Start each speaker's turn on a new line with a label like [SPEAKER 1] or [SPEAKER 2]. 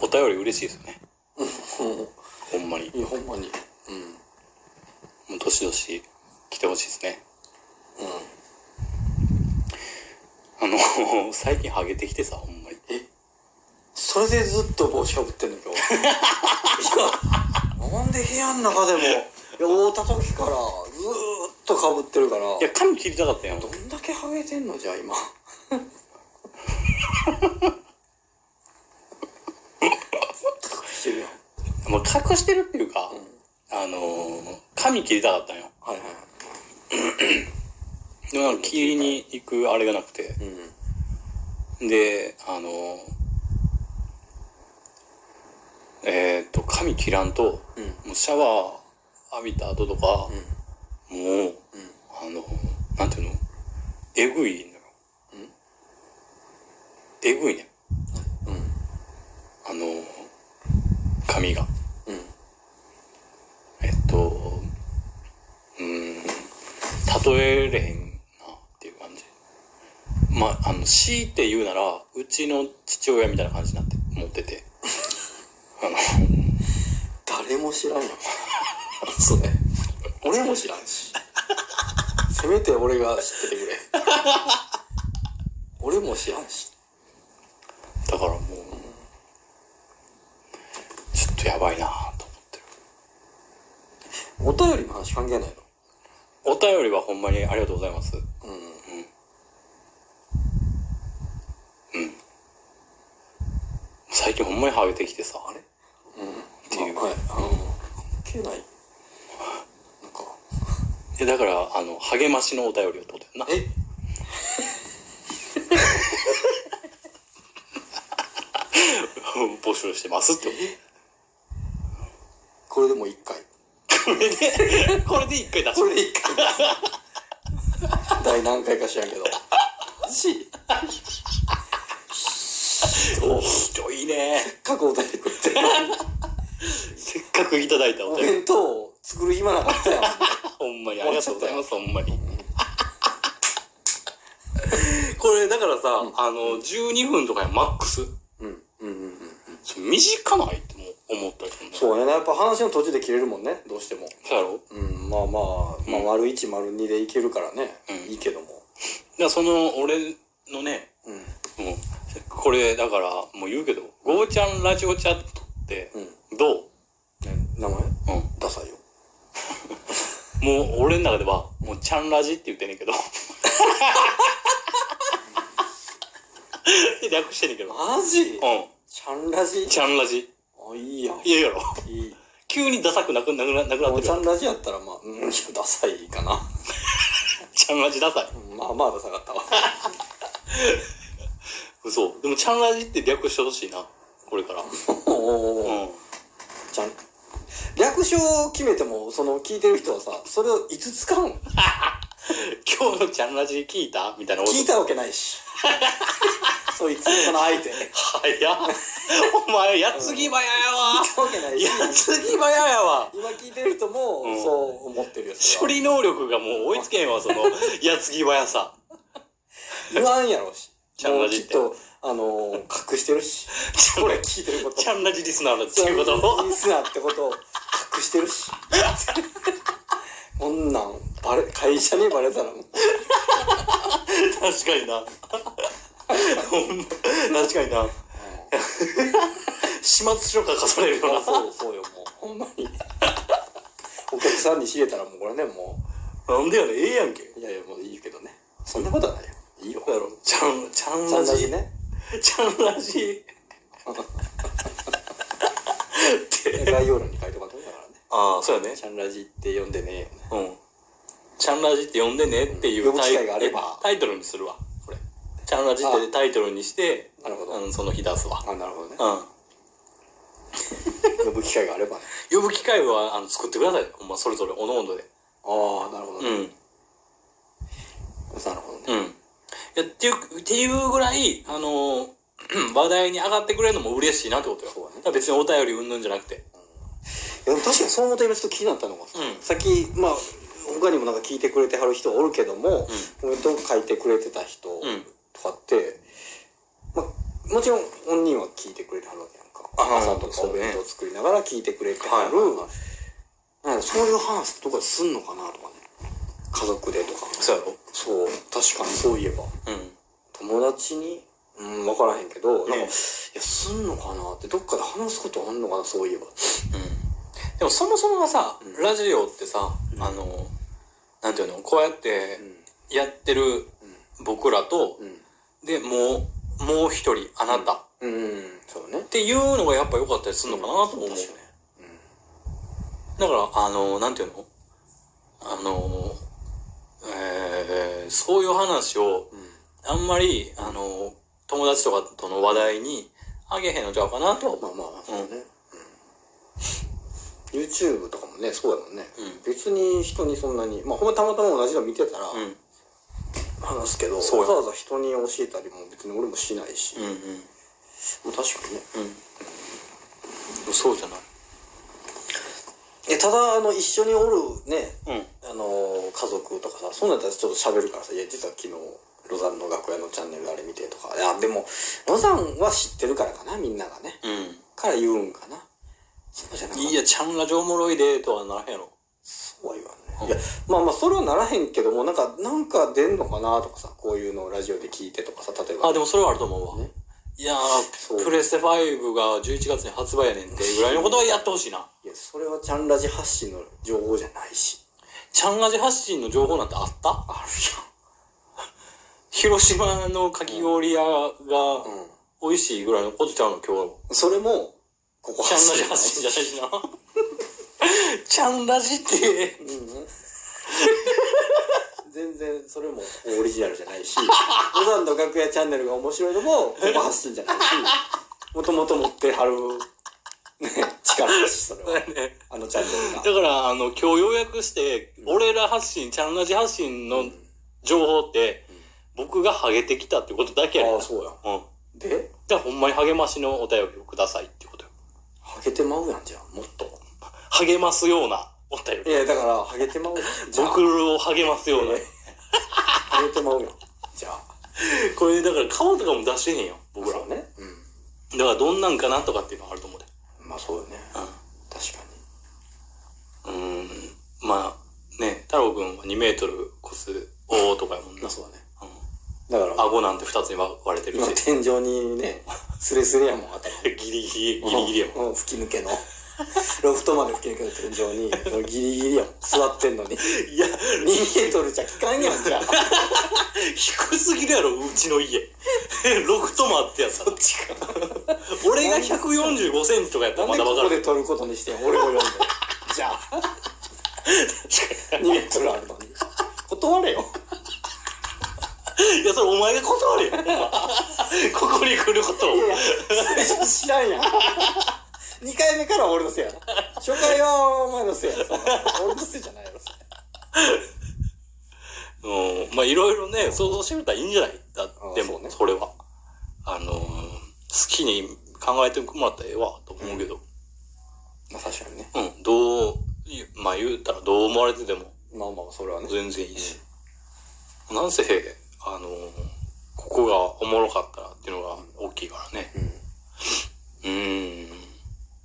[SPEAKER 1] お便り嬉しいですね
[SPEAKER 2] う
[SPEAKER 1] ほんまに
[SPEAKER 2] んいやほんまにうん
[SPEAKER 1] もうどしどし来てほしいですね
[SPEAKER 2] うん
[SPEAKER 1] あの 最近ハゲてきてさほんまに
[SPEAKER 2] それでずっと帽子かぶってんの 今日いやなんで部屋の中でもいや会うた時からずーっとかぶってるから
[SPEAKER 1] いや髪切りたかったんやん
[SPEAKER 2] どんだけハゲてんのじゃあ 今してるやん
[SPEAKER 1] まあ、隠してるっていうか、
[SPEAKER 2] うん
[SPEAKER 1] あのー髪切りたかったんよ
[SPEAKER 2] はいはいは
[SPEAKER 1] でもなんか切りに行くあれがなくて
[SPEAKER 2] いうん
[SPEAKER 1] であのーえーっと髪切らんと
[SPEAKER 2] うん
[SPEAKER 1] もうシャワー浴びた後とか
[SPEAKER 2] う、ん
[SPEAKER 1] もうあのーなんていうのえぐいのよ
[SPEAKER 2] うん
[SPEAKER 1] えぐいね
[SPEAKER 2] うん
[SPEAKER 1] あのー髪が
[SPEAKER 2] うん
[SPEAKER 1] えっとうーん例えれへんなっていう感じまああの強いて言うならうちの父親みたいな感じになって持ってて あの
[SPEAKER 2] 誰も知らんよそれ俺も知らんしせめて俺が知っててくれ俺も知らんし
[SPEAKER 1] だからもうちょっとやばいなと思ってる
[SPEAKER 2] お便りの話関係ないの
[SPEAKER 1] お便りはほんまにありがとうございます
[SPEAKER 2] うん
[SPEAKER 1] 最近ほんまにハゲてきてさあれ
[SPEAKER 2] っていうはい関係ないなんか
[SPEAKER 1] えだからあの励ましのお便りを取ってんな
[SPEAKER 2] え
[SPEAKER 1] 募集してますって
[SPEAKER 2] これでもう一回
[SPEAKER 1] ことこれで一回出し
[SPEAKER 2] これで一回第何回か知らんけどマジせ
[SPEAKER 1] おひどいね
[SPEAKER 2] っかくお便りくれて
[SPEAKER 1] せっかくいただいたお
[SPEAKER 2] お
[SPEAKER 1] 便り
[SPEAKER 2] 弁当を作る暇なかったやん
[SPEAKER 1] ほんまにありがとうございます、ほんまに。 これ、だからさ、あの、12分とかやマックス。
[SPEAKER 2] うんうんうんうん
[SPEAKER 1] それ短ないっても思ったりするんだよ
[SPEAKER 2] そうやな、やっぱ話の途中で切れるもんね、どうしても。
[SPEAKER 1] そうやろだか
[SPEAKER 2] うん、まあまあ、まあ、丸1、丸2でいけるからね、
[SPEAKER 1] うん
[SPEAKER 2] いいけども。
[SPEAKER 1] らその、俺のね、
[SPEAKER 2] うん、
[SPEAKER 1] もう、これ、だから、もう言うけど、ゴーちゃんラジオチャットって、
[SPEAKER 2] うん。
[SPEAKER 1] どう
[SPEAKER 2] ね名前
[SPEAKER 1] うん。
[SPEAKER 2] ダサいよ。
[SPEAKER 1] もう、俺の中では、もう、ちゃんラジって言ってんねん けど。略してんねんけど。う
[SPEAKER 2] マジ
[SPEAKER 1] ん。
[SPEAKER 2] ちゃんラジ
[SPEAKER 1] ちゃんラジ。
[SPEAKER 2] あ、いいやん。
[SPEAKER 1] いややろ。
[SPEAKER 2] いい。
[SPEAKER 1] 急にダサくなくなくななくなっ
[SPEAKER 2] も
[SPEAKER 1] てる
[SPEAKER 2] うちゃんラジやったら、まあ、うん、いやダサいかな。
[SPEAKER 1] ちゃんラジダサい。
[SPEAKER 2] うんまあまあダサかったわ。
[SPEAKER 1] 嘘。でも、ちゃんラジって略してほしいな。これから。 う
[SPEAKER 2] おおおお
[SPEAKER 1] ん。
[SPEAKER 2] ちゃん。略称を決めても、その、聞いてる人はさ、それをいつ使うの
[SPEAKER 1] 今日のちゃんラジ聞いたみたいな。
[SPEAKER 2] 聞いたわけな いし。そいつ、その相手。聞い
[SPEAKER 1] 早っ。お前、やつぎ早やわ。
[SPEAKER 2] たわけないし。
[SPEAKER 1] やつぎ早やわ。
[SPEAKER 2] 今聞いてる人も
[SPEAKER 1] うん
[SPEAKER 2] そう思ってるよそ
[SPEAKER 1] 処
[SPEAKER 2] れは
[SPEAKER 1] 理能力がもう追いつけへんわ、その、やつぎ早さ。
[SPEAKER 2] 言わんやろうし
[SPEAKER 1] ちゃん
[SPEAKER 2] も
[SPEAKER 1] ラ
[SPEAKER 2] う
[SPEAKER 1] ジ
[SPEAKER 2] き
[SPEAKER 1] っ
[SPEAKER 2] ってとあのー隠してるしこれ聞いてること
[SPEAKER 1] ちゃんラジリスナーだっていうこと
[SPEAKER 2] リスナーってことを隠してるしこんなんバレ会社にバレたらもう
[SPEAKER 1] 確かにな。ほんま確かにな。始末書書かされるよな。
[SPEAKER 2] そうそうよもうほんまにお客さんに知れたらもうこれねも
[SPEAKER 1] なんでやねんええやんけ。
[SPEAKER 2] ういやいやもういいけどねそんなことはないよいいよ
[SPEAKER 1] そうやろ。ちゃん、ちゃん
[SPEAKER 2] ちゃ
[SPEAKER 1] ラ
[SPEAKER 2] んラ
[SPEAKER 1] ジ
[SPEAKER 2] ジ。ね
[SPEAKER 1] ちゃんラジって。
[SPEAKER 2] 概要欄に書いてもらってもいいんだからね
[SPEAKER 1] ああ、そうやね。
[SPEAKER 2] ちゃんラジって呼んでねよね
[SPEAKER 1] うん。ちゃんラジって呼んでねっていう
[SPEAKER 2] 呼ぶ機会があれば
[SPEAKER 1] タイトルにするわ、これ。ちゃんラジってタイトルにして、
[SPEAKER 2] なるほど
[SPEAKER 1] うん、その日出すわ。
[SPEAKER 2] あなるほどね
[SPEAKER 1] うん。
[SPEAKER 2] 呼ぶ機会があればね
[SPEAKER 1] 呼ぶ機会はあの作ってください。ほんま、それぞれ、おのおので。
[SPEAKER 2] ああなるほど
[SPEAKER 1] う
[SPEAKER 2] ね、
[SPEAKER 1] ん。
[SPEAKER 2] なるほどね
[SPEAKER 1] うん。いやっていう、っていうぐらい、あの ー話題に上がってくれるのも嬉しいなってことよ。
[SPEAKER 2] そうだね
[SPEAKER 1] だから別にお便りうんぬんじゃなくて。
[SPEAKER 2] いやでも確かにそう思って今ちょっと気になったのがさ、
[SPEAKER 1] うん
[SPEAKER 2] さっきまあ他にもなんか聞いてくれてはる人おるけども、コメントを書いてくれてた人
[SPEAKER 1] うん
[SPEAKER 2] とかって、まあもちろん本人は聞いてくれてはるわけやんか
[SPEAKER 1] あ
[SPEAKER 2] 朝とか
[SPEAKER 1] そう
[SPEAKER 2] お
[SPEAKER 1] ね
[SPEAKER 2] 弁当作りながら聞いてくれて
[SPEAKER 1] は
[SPEAKER 2] はいる、なんかそういう話とかすんのかなとかね家族でとか
[SPEAKER 1] そうやろ
[SPEAKER 2] そう確かにそういえば
[SPEAKER 1] うん
[SPEAKER 2] 友達にうん分からへんけど、なんかい
[SPEAKER 1] ね
[SPEAKER 2] やすんのかなってどっかで話すことあんのかなそういえば
[SPEAKER 1] うんでもそもそもがさ、
[SPEAKER 2] うん
[SPEAKER 1] ラジオってさ、
[SPEAKER 2] うん
[SPEAKER 1] あのなんていうのこうやって
[SPEAKER 2] う
[SPEAKER 1] やってる僕らと、
[SPEAKER 2] ん
[SPEAKER 1] でもうもう一人あなたっ
[SPEAKER 2] うんうんそうね
[SPEAKER 1] ていうのがやっぱ良かったりするのかなと思う、
[SPEAKER 2] 確かに
[SPEAKER 1] だからあのなんていうのあのえーそういう話を
[SPEAKER 2] うん
[SPEAKER 1] あんまりあの友達とかとの話題にあげへんのちゃうかなとは思
[SPEAKER 2] まあ
[SPEAKER 1] う、
[SPEAKER 2] まあまあそうね、うん YouTube とかもねそうやもんね、
[SPEAKER 1] うん
[SPEAKER 2] 別に人にそんなにまあほんまたまたま同じの見てたら
[SPEAKER 1] うん、うん
[SPEAKER 2] 話すけど、
[SPEAKER 1] そう
[SPEAKER 2] わ
[SPEAKER 1] や
[SPEAKER 2] ざわざ人に教えたりも別に俺もしないし、
[SPEAKER 1] うん
[SPEAKER 2] もう確かにね
[SPEAKER 1] うんそうじゃない
[SPEAKER 2] えただあの一緒におるね
[SPEAKER 1] うん
[SPEAKER 2] あのー家族とかさそうなったらちょっと喋るからさ「いや実は昨日ロザンの楽屋のチャンネルあれ見て」とか「いやでもロザンは知ってるからかなみんながね
[SPEAKER 1] うん」
[SPEAKER 2] から言うんかなそうじゃなかった
[SPEAKER 1] いや、ちゃんラジオおもろいでとはならへんやろ。
[SPEAKER 2] そうは言わ
[SPEAKER 1] うん
[SPEAKER 2] んねいやまあまあそれはならへんけどもなんかなんか出んのかなとかさこういうのをラジオで聞いてとかさ例えば
[SPEAKER 1] あ、でもそれはあると思うわ。
[SPEAKER 2] ね
[SPEAKER 1] いや
[SPEAKER 2] そ
[SPEAKER 1] ー、
[SPEAKER 2] う
[SPEAKER 1] プレステ5が11月に発売やねんってぐらいのことはやってほしいな。
[SPEAKER 2] いやそれはちゃんラジ発信の情報じゃないし
[SPEAKER 1] ちゃんラジ発信の情報なんてあった
[SPEAKER 2] あ
[SPEAKER 1] 広島のかき氷屋が
[SPEAKER 2] るやん、うん、
[SPEAKER 1] 美味しいぐらいのことちゃうの今日。
[SPEAKER 2] それもここ
[SPEAKER 1] ちゃんラジ発信じゃないしな。 ちゃんラジって、
[SPEAKER 2] うんうん 全然それもオリジナルじゃないし登山の楽屋チャンネルが面白いのもここ発信じゃないしもともと持ってはる、ね、力だしそれはあのチャンネルが
[SPEAKER 1] だから、あの、今日ようやくして、俺ら発信、ちゃんラジ発信の情報って、僕がハゲてきたってことだけやねん
[SPEAKER 2] ああ
[SPEAKER 1] な。
[SPEAKER 2] そうやん
[SPEAKER 1] うん。
[SPEAKER 2] で
[SPEAKER 1] じゃあほんまに励ましのお便りをくださいってことよ。
[SPEAKER 2] ハゲてまうやんじゃんもっと
[SPEAKER 1] 励ますようなお便
[SPEAKER 2] い
[SPEAKER 1] り。
[SPEAKER 2] やだからハゲてまうや んじゃあ
[SPEAKER 1] 僕を励ますような。
[SPEAKER 2] ハゲてまうやんじゃあ
[SPEAKER 1] これだから顔とかも出してへんよ、僕ら
[SPEAKER 2] そ
[SPEAKER 1] は
[SPEAKER 2] う
[SPEAKER 1] ね。
[SPEAKER 2] ね
[SPEAKER 1] だからどんなんかなとかっていうのはあると思うで。
[SPEAKER 2] うんまあそうよね確か
[SPEAKER 1] うん。うーん。まあ、ね、太郎くんは2メートル越すおとかやもん
[SPEAKER 2] に
[SPEAKER 1] な。
[SPEAKER 2] まあ
[SPEAKER 1] うん。
[SPEAKER 2] そうだねだから
[SPEAKER 1] 顎なんて2つに割れてる
[SPEAKER 2] 今
[SPEAKER 1] し。
[SPEAKER 2] 天井に ねスレスレやもん頭
[SPEAKER 1] ギリギ リ、ギリギリやもん。
[SPEAKER 2] もん吹き抜けの ロフトまで吹き抜けの天井にもうギリギリやもん座ってんの に2
[SPEAKER 1] いや、
[SPEAKER 2] メートルじゃ効かんやんじゃあ
[SPEAKER 1] 低すぎるやろ、うちの家。6トマってやつだ。俺が145センチとかやった
[SPEAKER 2] な
[SPEAKER 1] ら まだ
[SPEAKER 2] んでこ
[SPEAKER 1] わか
[SPEAKER 2] こ
[SPEAKER 1] る
[SPEAKER 2] で。撮ることにしてん俺を呼んでじゃあ2メートルあるのに断れよ
[SPEAKER 1] いや、それお前が断れよ。ここに来ることを。
[SPEAKER 2] 最初知らんやん2回目から俺のせいやろ初回はお前のせいやろそんな俺のせいじゃないやろそれ
[SPEAKER 1] うん。まあ、いろいろね、想像してみたらいいんじゃないだって
[SPEAKER 2] あそう
[SPEAKER 1] も、
[SPEAKER 2] ね
[SPEAKER 1] それは。あのー、好きに考えてもらったらええわ、と思うけど。
[SPEAKER 2] まあ確かにね
[SPEAKER 1] うん。どう、いまあ、言うたらどう思われてても
[SPEAKER 2] まあまあそれはね
[SPEAKER 1] 全然いいし。なんせ、あのー、ここがおもろかったらっていうのが大きいからね。
[SPEAKER 2] う
[SPEAKER 1] う
[SPEAKER 2] ん
[SPEAKER 1] ーん。